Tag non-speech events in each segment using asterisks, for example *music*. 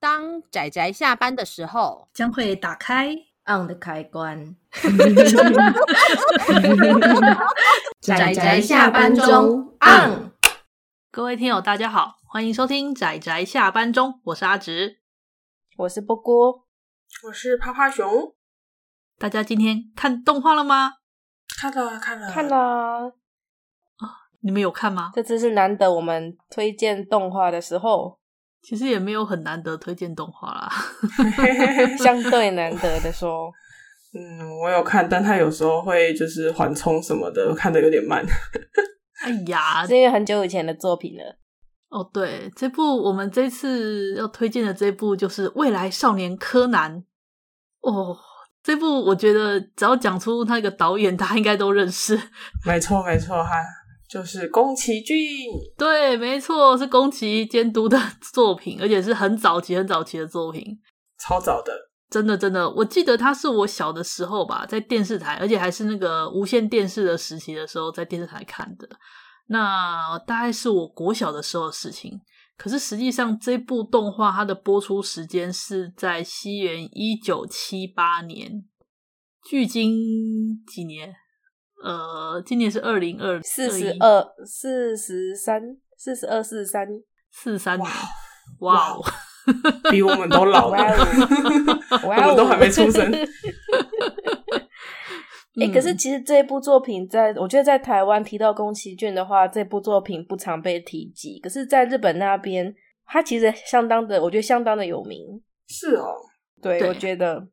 当仔仔下班的时候，将会打开 *laughs* on 的开关。宅宅下班中 on。各位听友，大家好，欢迎收听《仔仔下班中》，我是阿直。我是波波，我是趴趴熊，大家今天看动画了吗？看了看啊了看啦！你们有看吗？这次是难得我们推荐动画的时 *laughs* 候，其实也没有很难得推荐动画啦。 *laughs* 相对难得的说，嗯，我有看，但他有时候会就是缓冲什么的，看的有点慢。哎呀，是因为很久以前的作品了。哦对，这部我们这次要推荐的这部就是《未来少年柯南》哦。这部我觉得只要讲出那个导演，大家应该都认识。 *laughs* 没错没错，哈，就是宫崎骏。对，没错，是宫崎监督的作品，而且是很早期、很早期的作品。超早的，真的，真的，我记得他是我小的时候吧，在电视台，而且还是那个无线电视的时期的时候，在电视台看的。那大概是我国小的时候的事情。可是实际上，这部动画它的播出时间是在西元一九七八年，距今几年？呃，今年是二零二四十二、四十三、四十二、四十三，四三年，哇哇哦！比我们都老 *laughs* *laughs* 哇了。哦！哇我哦！们都还没 *laughs* 出生哎、嗯可是其实这部作品在，我觉得在台湾提到宫崎骏的话，这部作品不常被提及。可是，在日本那边，它其实相当的，我觉得相当的有名。是哦，对，对我觉得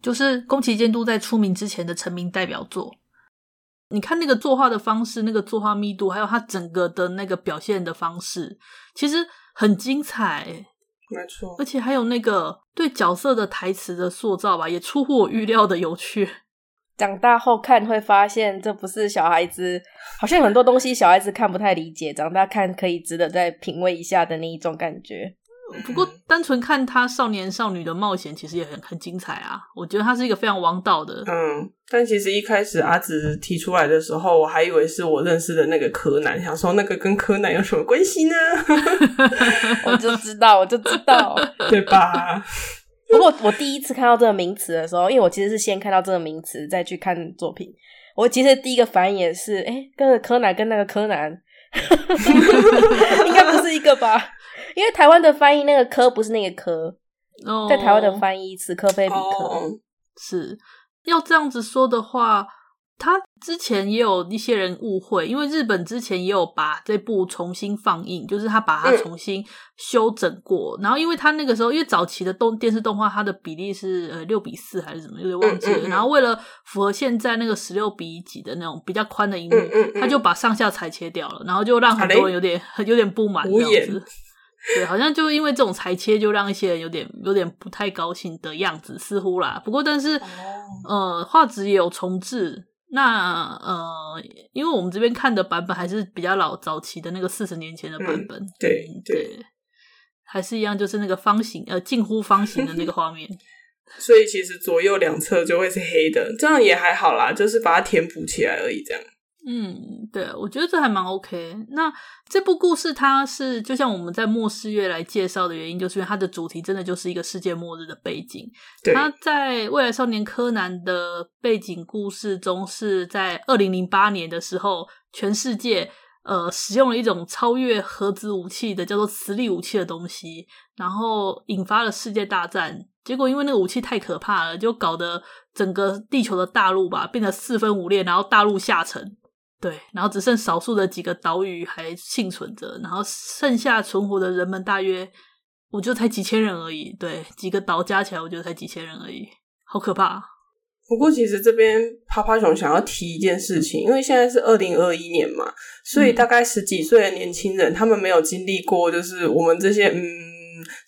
就是宫崎监督在出名之前的成名代表作。你看那个作画的方式，那个作画密度，还有他整个的那个表现的方式，其实很精彩，欸没错而。且还有那个对角色的台词的塑造吧，也出乎我预料的有趣。长大后看会发现，这不是小孩子，好像有很多东西小孩子看不太理解，长大看可以值得再品味一下的那一种感觉。嗯不过，嗯单纯看他少年少女的冒险，其实也很很精彩啊。我觉得他是一个非常王道的，嗯，但其实一开始阿紫提出来的时候，我还以为是我认识的那个柯南，想说那个跟柯南有什么关系呢？ *laughs* 我就知道，我就知道。对吧？不过我第一次看到这个名词的时候，因为我其实是先看到这个名词再去看作品，我其实第一个反应也是，哎、跟着柯南跟那个柯南， *laughs* 应该不是一个吧？因为台湾的翻译那个科不是那个科，哦在台湾的翻译此科非彼科。哦，是要这样子说的话，他之前也有一些人误会，因为日本之前也有把这部重新放映，就是他把它嗯重新修整过。然后，因为他那个时候，因为早期的动电视动画，它的比例是呃六比四还是怎么，有点忘记了。嗯嗯嗯然后，为了符合现在那个十六比几的那种比较宽的荧幕，嗯嗯嗯啊他就把上下裁切掉了，然后就让很好多嘞人有点 *laughs* 很有点不满无这样言子。 *laughs* 对，好像就因为这种裁切，就让一些人有点有点不太高兴的样子，似乎啦。不过，但是呃，画质也有重置。那呃，因为我们这边看的版本还是比较老早期的那个四十年前的版本，对嗯对对，还是一样，就是那个方形呃近乎方形的那个画 *laughs* 面。所以其实左右两侧就会是黑的，这样也还好啦，就是把它填补起来而已，这样。嗯，对，我觉得这还蛮 OK。那这部故事它是就像我们在末世月来介绍的原因，就是因为它的主题真的就是一个世界末日的背景。对，它在《未来少年柯南》的背景故事中，是在二零零八年的时候，全世界呃使用了一种超越核子武器的叫做磁力武器的东西，然后引发了世界大战。结果因为那个武器太可怕了，就搞得整个地球的大陆吧变得四分五裂，然后大陆下沉。对，然后只剩少数的几个岛屿还幸存着，然后剩下存活的人们大约，我觉得才几千人而已。对，几个岛加起来，我觉得才几千人而已，好可怕。啊不过，其实这边趴趴熊想要提一件事情，因为现在是二零二一年嘛，所以嗯大概十几岁的年轻人，他们没有经历过，就是我们这些嗯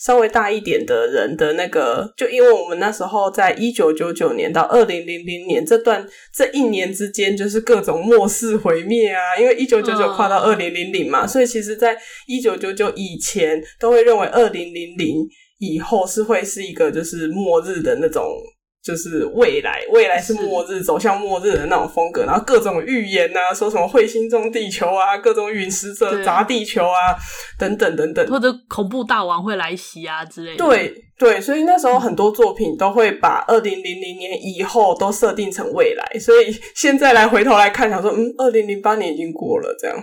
稍微大一点的人的那个，就因为我们那时候在一九九九年到二零零零年这段这一年之间，就是各种末世毁灭啊，因为一九九九嗯跨到二零零零嘛，所以其实，在一九九九以前，都会认为二零零零以后是会是一个就是末日的那种就是未来，未来是末日走向末日的那种风格，然后各种预言啊，说什么彗星撞地球啊，各种陨石砸对砸地球啊，等等等等，或者恐怖大王会来袭啊之类的。，对对，所以那时候很多作品都会把二零零零年以后都设定成未来，所以现在来回头来看，想说，嗯，二零零八年已经过了，这样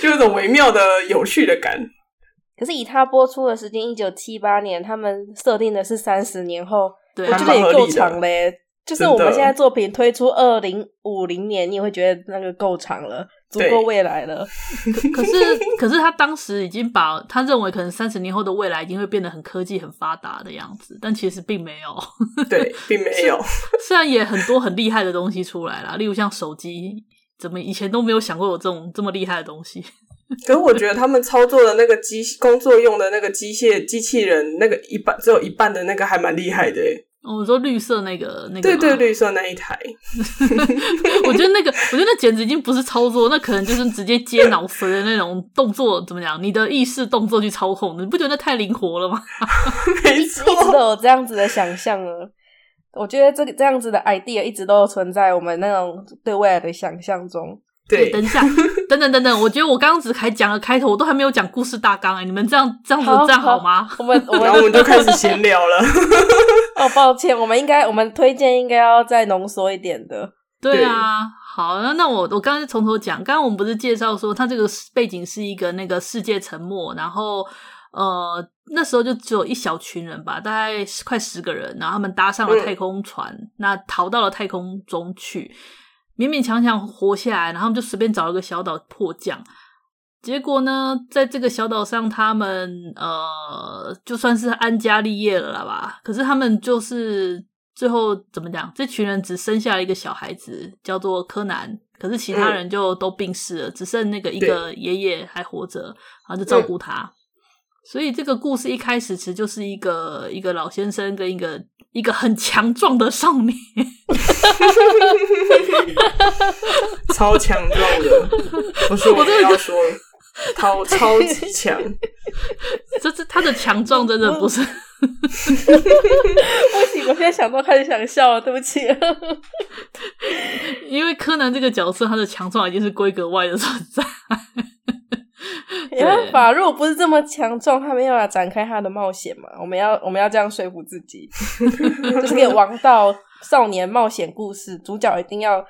就有一种微妙的有趣的感。可是以它播出的时间一九七八年，他们设定的是三十年后，对啊我还觉蛮得也合够理的长嘞。就是真我们的现在作品推出二零五零年，你也会觉得那个够长了，足对够未来了。可是可是他当时已经把他认为可能三十年后的未来已经会变得很科技很发达的样子，但其实并没有。 *laughs* 对，并没有，虽然也很多很厉害的东西出来啦，例如像手机，怎么以前都没有想过有这种这么厉害的东西。 *laughs* 可是我觉得他们操作的那个机工作用的那个机械机器人，那个一半只有一半的那个还蛮厉害的耶，哦我说绿色那个那个，对对，，绿色那一台， *laughs* *laughs* 我觉得那个，我觉得那简直已经不是操作，那可能就是直接接脑髓的那种动作，怎么讲？你的意识动作去操控，你不觉得那太灵活了吗？没一直错，都有这样子的想象呢。我觉得这个这样子的 idea 一直都存在我们那种对未来的想象中。对等一下，等等等等，我觉得我刚刚只还讲了开头，我都还没有讲故事大纲哎、你们这样这样子好这样好好吗？我 *laughs* 们我们然后我们就开始闲聊了。 *laughs* 哦，抱歉，我们应该我们推荐应该要再浓缩一点的。 *laughs* 对啊，好，那那我我刚刚从头讲，刚刚我们不是介绍说它这个背景是一个那个世界沉没，然后呃那时候就只有一小群人吧，大概十快十个人，然后他们搭上了嗯太空船，那逃到了太空中去，勉勉强强活下来，然后他们就随便找了个小岛迫降。结果呢，在这个小岛上，他们呃，就算是安家立业了啦吧。可是他们就是最后怎么讲？这群人只生下了一个小孩子，叫做柯南。可是其他人就都病逝了，只剩那个一个爷爷还活着，然后就照顾他。所以这个故事一开始其实就是一个一个老先生跟一个一个很强壮的少年，超强壮的，不是我真的要说了， *laughs* 超超级强， *laughs* 这是他的强壮真的不是不行，我现在想到开始想笑了，对不起。因为柯南这个角色，他的强壮已经是规格外的存在。 *laughs* *laughs* 没办法，如果不是这么强壮，他没有办法展开他的冒险嘛。我们要我们要这样说服自己，就是个王道少年冒险故事，主角一定要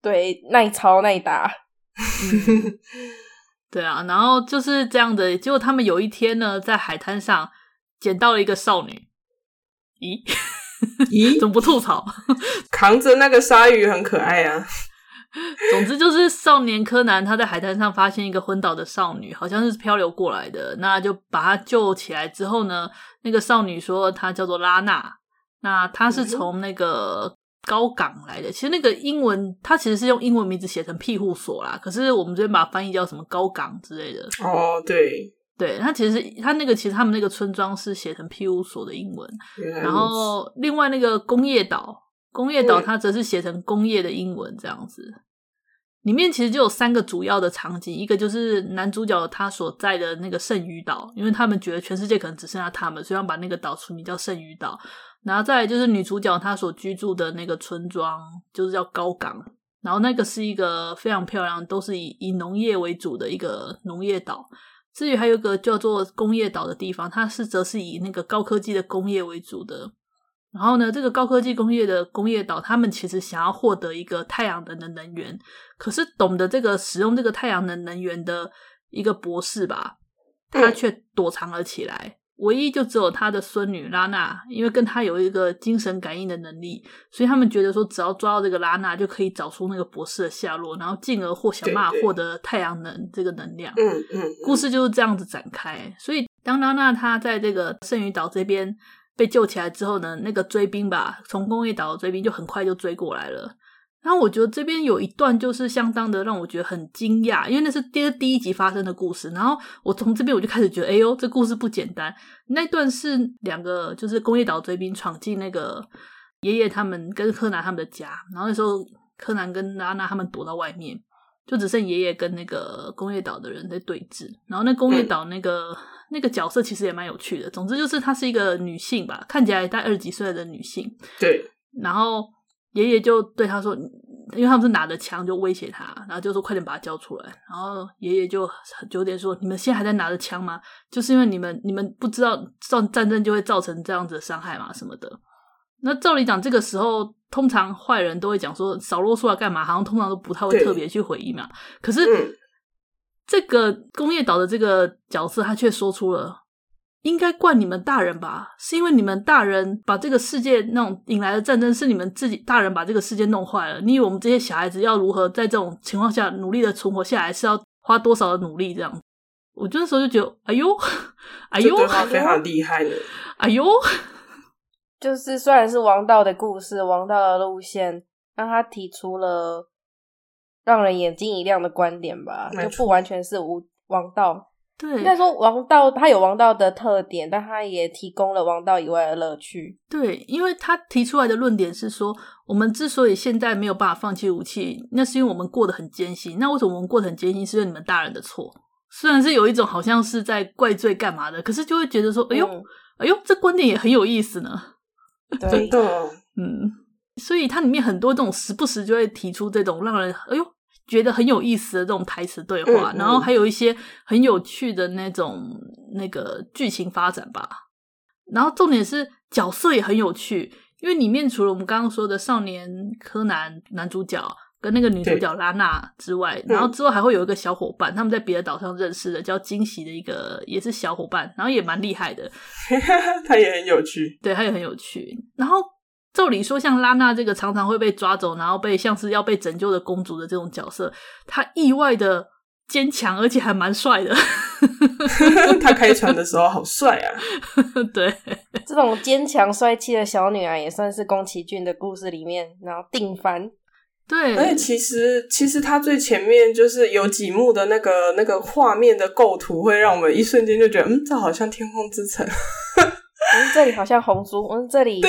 对耐操耐打。嗯对啊，然后就是这样的。结果他们有一天呢，在海滩上捡到了一个少女。咦，咦，怎么不吐槽？ *laughs* 扛着那个鲨鱼很可爱啊，总之就是少年柯南他在海滩上发现一个昏倒的少女，好像是漂流过来的，那就把她救起来之后呢，那个少女说她叫做拉娜，那她是从那个高港来的。其实那个英文她其实是用英文名字写成庇护所啦，可是我们这边把它翻译叫什么高港之类的。哦，对，对，她其实她那个其实他们那个村庄是写成庇护所的英文，原来然后另外那个工业岛，工业岛嗯它则是写成工业的英文这样子。里面其实就有三个主要的场景，一个就是男主角他所在的那个剩余岛，因为他们觉得全世界可能只剩下他们，所以要把那个岛取名叫剩余岛。然后再来就是女主角她所居住的那个村庄，就是叫高港。然后那个是一个非常漂亮，都是以以农业为主的一个农业岛。至于还有一个叫做工业岛的地方，它是则是以那个高科技的工业为主的。然后呢，这个高科技工业的工业岛，他们其实想要获得一个太阳能的能源，可是懂得这个使用这个太阳能能源的一个博士吧，他嗯却躲藏了起来。唯一就只有他的孙女拉娜，因为跟他有一个精神感应的能力，所以他们觉得说，只要抓到这个拉娜，就可以找出那个博士的下落，然后进而或想办法对对获得太阳能这个能量。嗯嗯，故事就是这样子展开。所以当拉娜她在这个圣鱼岛这边被救起来之后呢，那个追兵吧，从工业岛的追兵就很快就追过来了。然后我觉得这边有一段就是相当的让我觉得很惊讶，因为那是第第一集发生的故事。然后我从这边我就开始觉得，哎呦，这故事不简单。那段是两个就是工业岛追兵闯进那个爷爷他们跟柯南他们的家，然后那时候柯南跟拉娜他们躲到外面，就只剩爷爷跟那个工业岛的人在对峙。然后那工业岛那个那个角色其实也蛮有趣的。总之就是她是一个女性吧，看起来大概二十几岁的女性。对，然后爷爷就对她说，因为他们是拿着枪就威胁她，然后就说快点把她交出来。然后爷爷就有点说，你们现在还在拿着枪吗？就是因为你们你们不知道战战争就会造成这样子的伤害嘛什么的。那照理讲，这个时候通常坏人都会讲说少啰嗦啊，干嘛？好像通常都不太会对特别去回应嘛。可嗯是这个工业岛的这个角色，他却说出了。应该怪你们大人吧，是因为你们大人把这个世界那种引来的战争，是你们自己大人把这个世界弄坏了。你以为我们这些小孩子要如何在这种情况下努力的存活下来，是要花多少的努力这样？我就那时候就觉得，哎呦， *laughs* 哎这呦，对话非常厉害呢。哎呦，就是虽然是王道的故事，王道的路线，让他提出了让人眼睛一亮的观点吧，没就错不完全是无王道。对，应该说王道，它有王道的特点，但它也提供了王道以外的乐趣。对，因为他提出来的论点是说，我们之所以现在没有办法放弃武器，那是因为我们过得很艰辛。那为什么我们过得很艰辛，是因为你们大人的错？虽然是有一种好像是在怪罪干嘛的，可是就会觉得说，哎呦，嗯哎呦，这观点也很有意思呢。真对，的，哦嗯，所以它里面很多这种时不时就会提出这种让人哎呦觉得很有意思的这种台词对话，嗯嗯然后还有一些很有趣的那种那个剧情发展吧。然后重点是角色也很有趣，因为里面除了我们刚刚说的少年柯南男主角跟那个女主角拉娜之外，然嗯后之后还会有一个小伙伴，他们在别的岛上认识的，叫惊喜的一个也是小伙伴，然后也蛮厉害的。 *laughs* 他也很有趣。对，它也很有趣。然后照理说，像拉娜这个常常会被抓走，然后被像是要被拯救的公主的这种角色，她意外的坚强，而且还蛮帅的。 *laughs* *laughs* 他开船的时候好帅啊！对，这种坚强帅气的小女孩也算是宫崎骏的故事里面，然后定番。嗯而且对，其实，其实他最前面就是有几幕的那个那个画面的构图，会让我们一瞬间就觉得，嗯，这好像《天空之城》， *laughs* 嗯，这里好像红猪，嗯，这里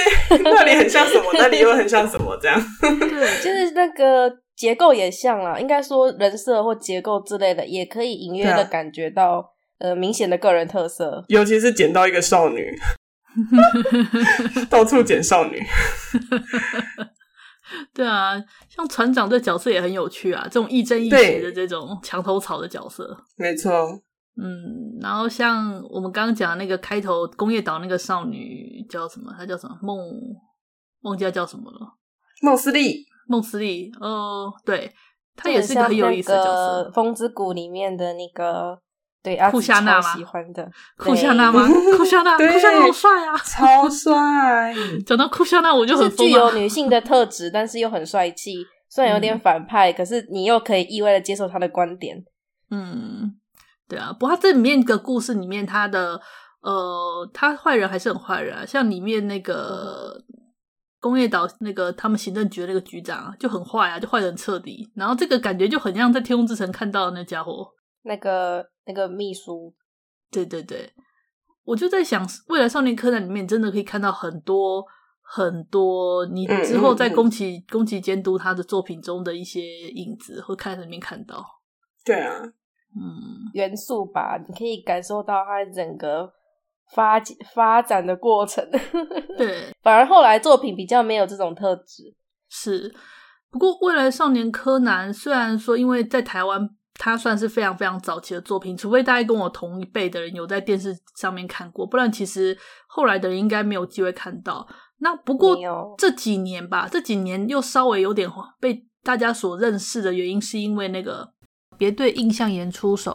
那里很像什么，那里又很像什么， *laughs* 这样。对，就是那个结构也像啦，应该说人设或结构之类的，也可以隐约对的啊感觉到、呃明显的个人特色。尤其是捡到一个 *laughs* 少女，到处捡少女，对啊，像船长这角色也很有趣啊，这种亦正亦邪对的这种墙头草的角色。没错，嗯，然后像我们刚刚讲的那个开头工业岛那个少女叫什么？她叫什么？梦梦家叫什么了？孟斯利。梦斯利。哦，对，她就也很是个像很有意思的角那个色。《风之谷》里面的那个对阿库紫夏娜超吗喜欢的库夏娜吗？库夏 *laughs* 娜，对库夏娜好帅啊！超帅，讲到库夏娜，我 *laughs* 就就是很具疯有啊！女性的特质，但是又很帅气。虽然有点反派，可是你又可以意外的接受他的观点。嗯，对啊，不过他这里面的故事里面，他的呃，他坏人还是很坏人啊，像里面那个。工业岛那个他们行政局的那个局长啊就很坏啊，就坏的很彻底。然后这个感觉就很像在《天空之城》看到的那家伙，那个那个秘书，对对对，我就在想，《未来少年柯南》里面真的可以看到很多很多你嗯之后在嗯嗯宫崎、宫崎监督他的作品中的一些影子，会看在里面看到。对啊，嗯，元素吧，你可以感受到它整个发发展的过程。 *laughs* 对，反而后来作品比较没有这种特质，是。不过，《未来少年柯南》虽然说因为在台湾。它算是非常非常早期的作品，除非大概跟我同一辈的人有在电视上面看过，不然其实后来的人应该没有机会看到。那不过没有这几年吧，这几年又稍微有点被大家所认识的原因，是因为那个《别对印象岩出手》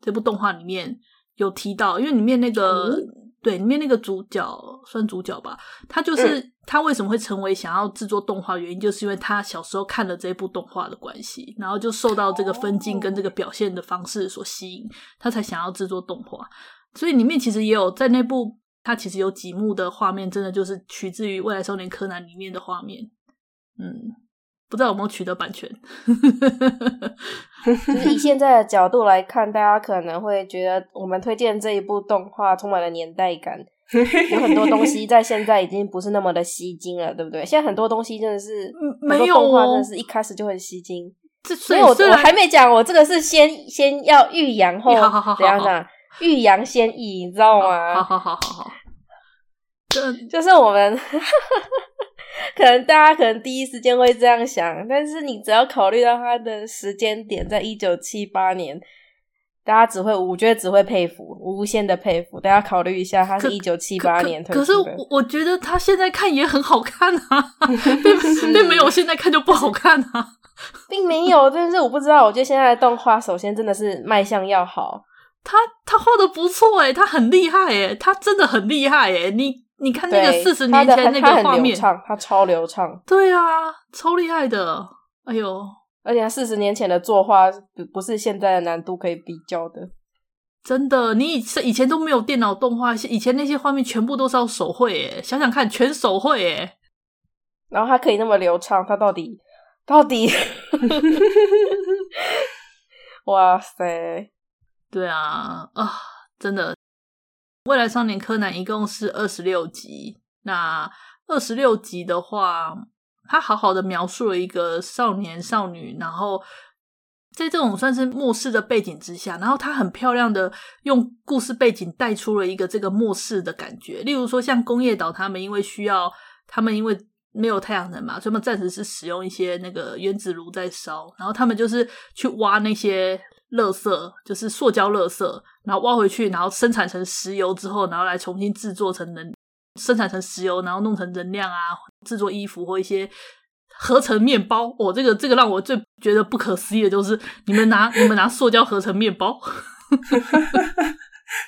这部动画里面有提到，因为里面那个、对里面那个主角算主角吧，他就是、他为什么会成为想要制作动画的原因，就是因为他小时候看了这部动画的关系，然后就受到这个分镜跟这个表现的方式所吸引，他才想要制作动画。所以里面其实也有在那部，它其实有几幕的画面，真的就是取自于《未来少年柯南》里面的画面。嗯，不知道有没有取得版权。就是以现在的角度来看，大家可能会觉得我们推荐这一部动画充满了年代感， *laughs* 有很多东 *laughs* 西在现在已经不是那么的吸睛了，对 *laughs* 不对？现在很多东西真的是嗯，很多没有动画真哦的，是一开始就很吸睛。这所所以以我虽我然还没讲，我这个是先先要预扬后 *laughs* 好好好好怎样好讲。欲扬先抑，你知道吗？好好好好好，这就是我们 *laughs* 可能大家可能第一时间会这样想，但是你只要考虑到它的时间点在一九七八年，大家只会我觉得只会佩服，无限的佩服。大家考虑一下，它是一九七八年可推可是出的。我我觉得他现在看也很好看 *laughs* 啊，并并没有现在看就不好看啊。并没有，但是我不知道，我觉得现在的动画首先真的是卖相要好，他他画的不错诶、欸他很厉害诶、他真的很厉害诶、你你看那个对，四十它年的前那它个画很流面，畅，它超流畅，对啊，超厉害的。哎呦，而且四十年前的作画不不是现在的难度可以比较的。真的，你以以前都没有电脑动画，以前那些画面全部都是要手绘诶，想想看，全手绘欸诶。然后它可以那么流畅，它到底 *laughs* 到底，哇塞！对啊，啊，真的，《未来少年柯南》一共是二十六集，那二十六集的话，它好好的描述了一个少年少女，然后。在这种算是末世的背景之下，然后它很漂亮的用故事背景带出了一个这个末世的感觉。例如说，像工业岛他们因为需要，他们因为没有太阳能嘛，所以他们暂时是使用一些那个原子炉在烧，然后他们就是去挖那些垃圾，就是塑胶垃圾，然后挖回去，然后生产成石油之后，然后来重新制作成能，生产成石油，然后弄成能量啊，制作衣服或一些合成面包。我、这个这个让我最觉得不可思议的就是，你们拿你们拿塑胶合成面包，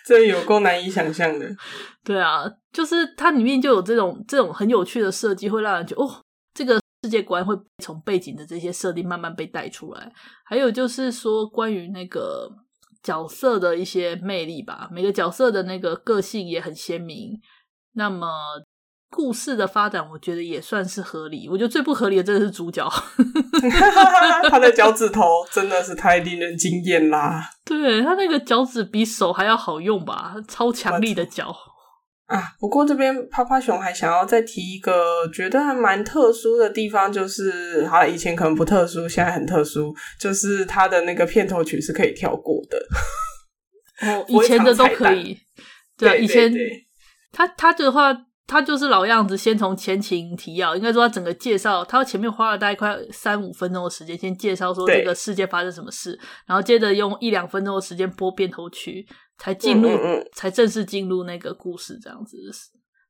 这有够难以想象的。 *laughs* 对啊，就是它里面就有这种这种很有趣的设计，会让人觉得哦，这个世界观会从背景的这些设定慢慢被带出来。还有就是说，关于那个角色的一些魅力吧，每个角色的那个个性也很鲜明。那么故事的发展，我觉得也算是合理。我觉得最不合理的真的是主角， *laughs* 他的脚趾头真的是太令人惊艳啦！对他那个脚趾比手还要好用吧，超强力的脚。啊，不过这边趴趴熊还想要再提一个，觉得还蛮特殊的地方，就是好了，以前可能不特殊，现在很特殊，就是它的那个片头曲是可以跳过 *laughs* 的。哦，以不会前的藏都彩可蛋以。对啊，以对前对他他的话，他就是老样子，先从前情提要，应该说他整个介绍，他前面花了大概快三五分钟的时间，先介绍说对这个世界发生什么事，然后接着用一两分钟的时间播片头曲，才进入，嗯嗯嗯才正式进入那个故事这样子，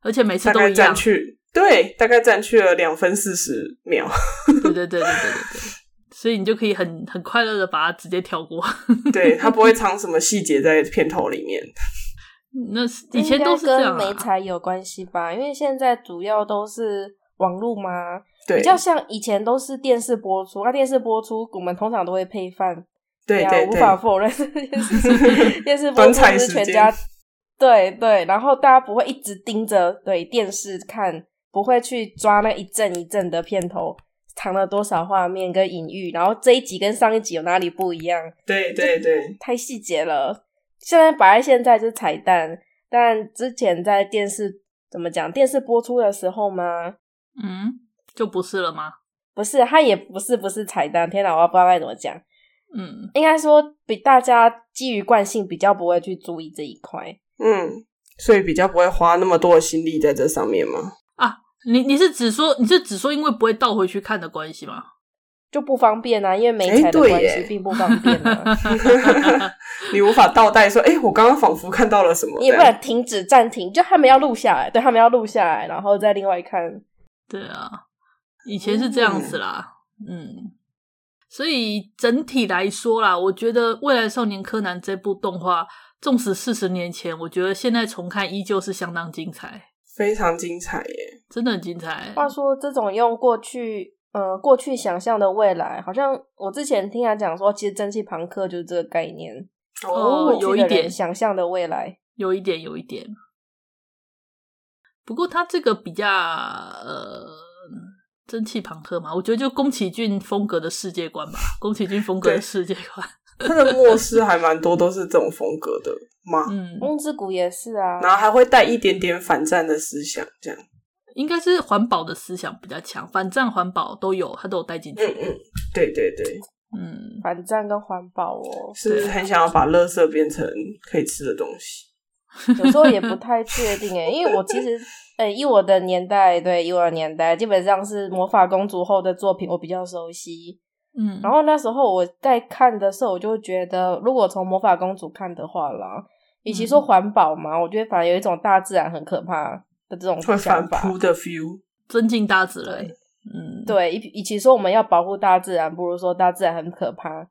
而且每次大都概一样占，去对，大概占去了两分四十秒。对对对对对对对，所以你就可以很很快乐的把它直接跳过。 *laughs* 对，它不会藏什么细节在片头里面。那是以前都是这样、应该跟没啊，才有关系吧？因为现在主要都是网络嘛，对，比较像以前都是电视播出。那、电视播出，我们通常都会配饭，对啊对无法对，否认这件事情。 *laughs* 电视播短出彩是时全间家，对对，然后大家不会一直盯着对电视看，不会去抓那一阵一阵的片头藏了多少画面跟隐喻，然后这一集跟上一集有哪里不一样，对对对，太细节了。现在摆在现在就是彩蛋，但之前在电视怎么讲？电视播出的时候吗？嗯，就不是了吗？不是，它也不是不是彩蛋。天哪，我不知道该怎么讲。嗯，应该说，比大家基于惯性比较不会去注意这一块。嗯，所以比较不会花那么多的心力在这上面嘛。你你是只说你是只说因为不会倒回去看的关系吗？就不方便啊，因为没诶彩的对关系耶并不方便 *laughs* 啊。你无法倒带说，哎、我刚刚仿佛看到了什么你也这不样。能停止暂停，就他们要录下来，对他们要录下来，然后再另外看。 *laughs* 对啊，以前是这样子啦，嗯，所以整体来说啦，我觉得《未来少年柯南》这部动画，纵使四十年前，我觉得现在重看依旧是相当精彩，非常精彩耶！真的很精彩。话说，这种用过去呃过去想象的未来，好像我之前听他讲说，其实蒸汽朋克就是这个概念，哦过去有一的人点想象的未来。有一点，有一点。不过他这个比较呃蒸汽朋克嘛，我觉得就宫崎骏风格的世界观吧，宫崎骏风格的对世界观。他的末世还蛮多都是这种风格的 *laughs* 嘛，嗯，梦之谷也是啊，然后还会带一点点反战的思想，这样。应该是环保的思想比较强，反战、环保都有，他都有带进去。嗯嗯，对对对，嗯，反战跟环保哦，是不是很想要把垃圾变成可以吃的东西？有时候也不太确定诶，因为我其实，呃，以我的年代，对，以我的年代，基本上是魔法公主后的作品我比较熟悉。嗯，然后那时候我在看的时候，我就会觉得，如果从魔法公主看的话啦，与其说嗯环保嘛，我觉得反而有一种大自然很可怕的这种会想反法。扑的 feel。尊敬大自然，嗯，对，与与其说我们要保护大自然，不如说大自然很可怕，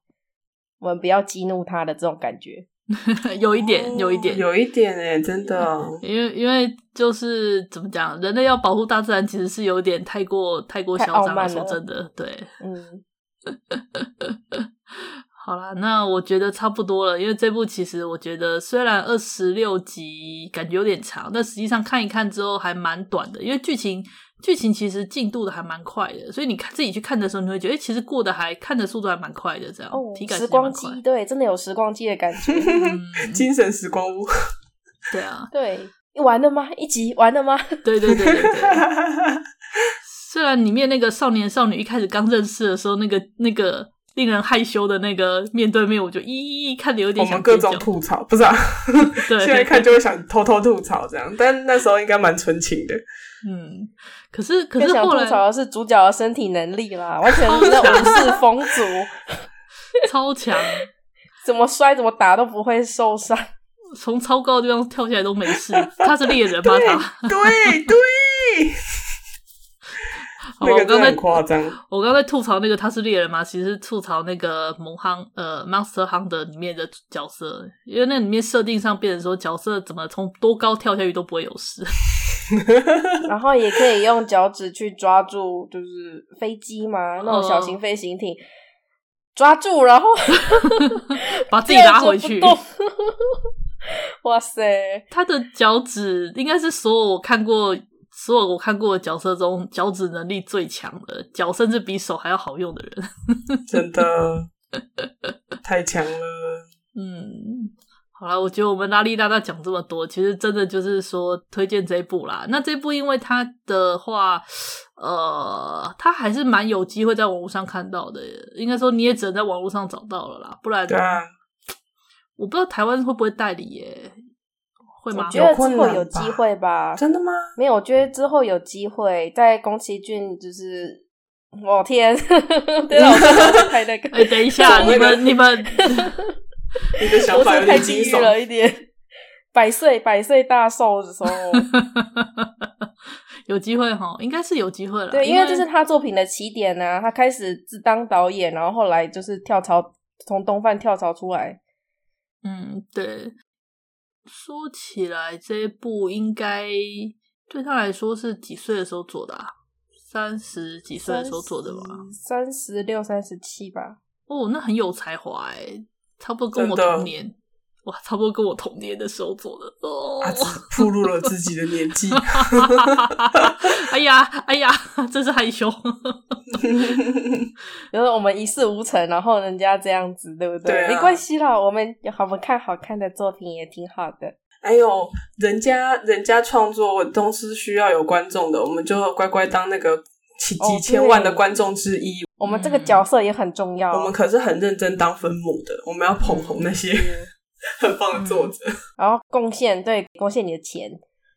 我们不要激怒它的这种感觉。 *laughs* 有一点，有一点，哦嗯有一点哎、真的。因为因为就是怎么讲，人类要保护大自然，其实是有点太过太过太嚣傲张慢说了真的，对。嗯，好啦，那我觉得差不多了，因为这部其实我觉得虽然二十六集感觉有点长，但实际上看一看之后还蛮短的，因为剧情剧情其实进度的还蛮快的，所以你看自己去看的时候，你会觉得，哎、其实过得还看的速度还蛮快的，这样、哦体，感时时间蛮光快。机，对，真的有时光机的感 *laughs* 觉。嗯， *laughs* 精神时光屋，对啊，对，完了吗？一集完了吗？对对对对对。虽然里面那个少年少女一开始刚认识的时候，那个那个令人害羞的那个面对面，我就一一一看的有我点们想各尖种叫。吐槽，不是啊？ *laughs* 对，现在看就会想偷偷吐槽这样，但那时候应该蛮纯情的。嗯，可是可更是想后吐来槽的是主角的身体能力啦，完全是在武士风族，超强，怎么摔怎么打都不会受伤。从超高的地方跳下来都没事。他是猎人 *laughs* 吗？对他？对对， *laughs* 好吧，那我个真刚的才很夸张。我刚才吐槽那个他是猎人嘛，其实是吐槽那个蒙夯呃 Monster Hunter 里面的角色，因为那里面设定上变成说角色怎么从多高跳下去都不会有事。 *laughs* 然后也可以用脚趾去抓住，就是飞机嘛，那种小嗯型飞行艇，抓住，然后 *laughs* 把自己拉回去这样子啊不动 *laughs* 哇塞，他的脚趾应该是所有我看过所有我看过的角色中脚趾能力最强的，脚甚至比手还要好用的人。真的太强了。嗯，好了，我觉得我们拉力大大讲这么多，其实真的就是说推荐这一部啦。那这部因为它的话，呃，它还是蛮有机会在网络上看到的，应该说你也只能在网络上找到了啦，不然对啊，我不知道台湾会不会代理耶、会吗哦我？觉得有之困后难有吧机会吧，真的吗？没有，我觉得之后有机会，在宫崎骏就是，我天， *laughs* 对啊，我真的太那个， *laughs* 哎、等一下，你们你们 *laughs* 你的想我真法的有太点地惊狱了悚。 *laughs* 一点。百岁百岁大寿的时候，有机会哈，应该是有机会了。对，因因为这是他作品的起点呐、他开始自当导演，然后后来就是跳槽，从东贩跳槽出来。嗯，对。说起来，这一部应该对他来说是几岁的时候做的啊？三十几岁的时候做的吧？三十六、三十七吧。哦，那很有才华哎，差不多跟我真的同年。哇，差不多跟我同年的时候做的哦。阿紫暴露了自己的年纪， *laughs* 哎呀，哎呀， *laughs* 真是害羞。就是我们一事无成，然后人家这样子，对不对？对啊没关系啦，我们有好我们看好看的作品也挺好的。还有哎人家人家创作都是需要有观众的，我们就乖乖当那个几哦几千万的对观众之一。嗯我们这个角色也很重要。我们可是很认真当分母的，我们要捧红那嗯些很棒的作者，然后贡献对贡献你的钱，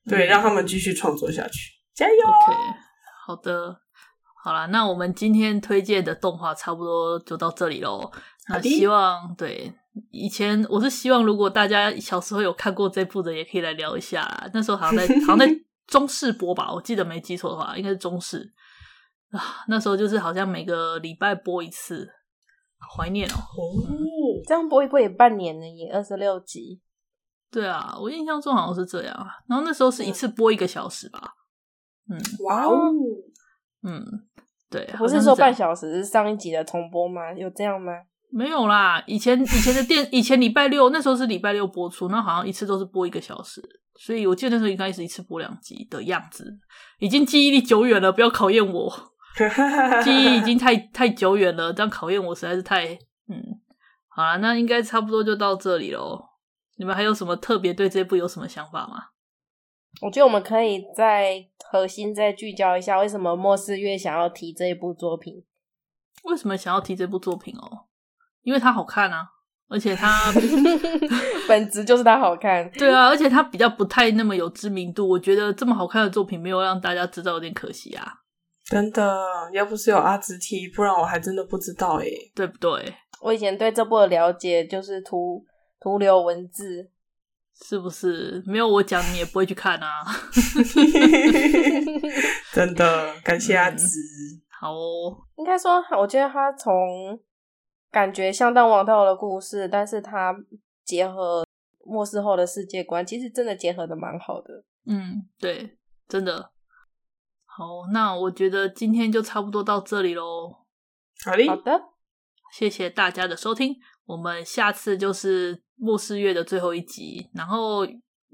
对，让他们继续创作下去，加油！ OK，好的，好啦，那我们今天推荐的动画差不多就到这里喽。那好的希望对以前我是希望，如果大家小时候有看过这部的，也可以来聊一下啦。那时候好像在好像在中视播吧，我记得没记错的话，应该是中视啊。那时候就是好像每个礼拜播一次，好怀念哦。哦，这样播一播也半年了耶，也二十六集。对啊，我印象中好像是这样啊。然后那时候是一次播一个小时吧。嗯哇哦， *laughs* 嗯，对，不好像是是说这样半小时是上一集的重播吗？有这样吗？没有啦，以前以前的电，以前礼拜六那时候是礼拜六播出，那好像一次都是播一个小时，所以我记得那时候应该是一次播两集的样子。已经记忆力久远了，不要考验我，记忆已经太 *laughs* 太久远了，这样考验我实在是太嗯。好啦，那应该差不多就到这里喽。你们还有什么特别对这部有什么想法吗？我觉得我们可以在核心再聚焦一下，为什么莫世月想要提这一部作品？为什么想要提这部作品哦？因为它好看啊，而且它 *laughs* 本质就是它好看。对啊，而且它比较不太那么有知名度。我觉得这么好看的作品没有让大家知道，有点可惜啊，真的，要不是有阿直提，不然我还真的不知道欸诶、对不对？我以前对这部的了解就是图图流文字，是不是没有我讲你也不会去看啊？ *laughs* 真的，感谢阿直。好哦，应该说，我觉得它从感觉像《当王道》的故事，但是它结合末世后的世界观，其实真的结合的蛮好的。嗯，对，真的。好，那我觉得今天就差不多到这里喽，好嘞嗯好，的，谢谢大家的收听，我们下次就是末世月的最后一集，然后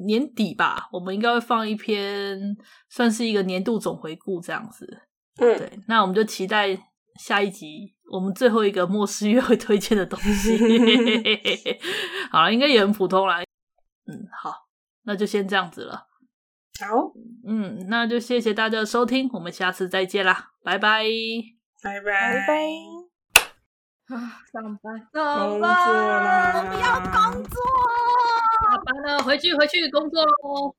年底吧，我们应该会放一篇，算是一个年度总回顾这样子。嗯，对，那我们就期待下一集我们最后一个末世月会推荐的东西。好了，应该也很普通啦。嗯，好，那就先这样子了。好，嗯，那就谢谢大家的收听，我们下次再见啦，拜拜。拜拜，拜拜。啊，上班工作啦，我不要工作。下班了，回去回去工作喽。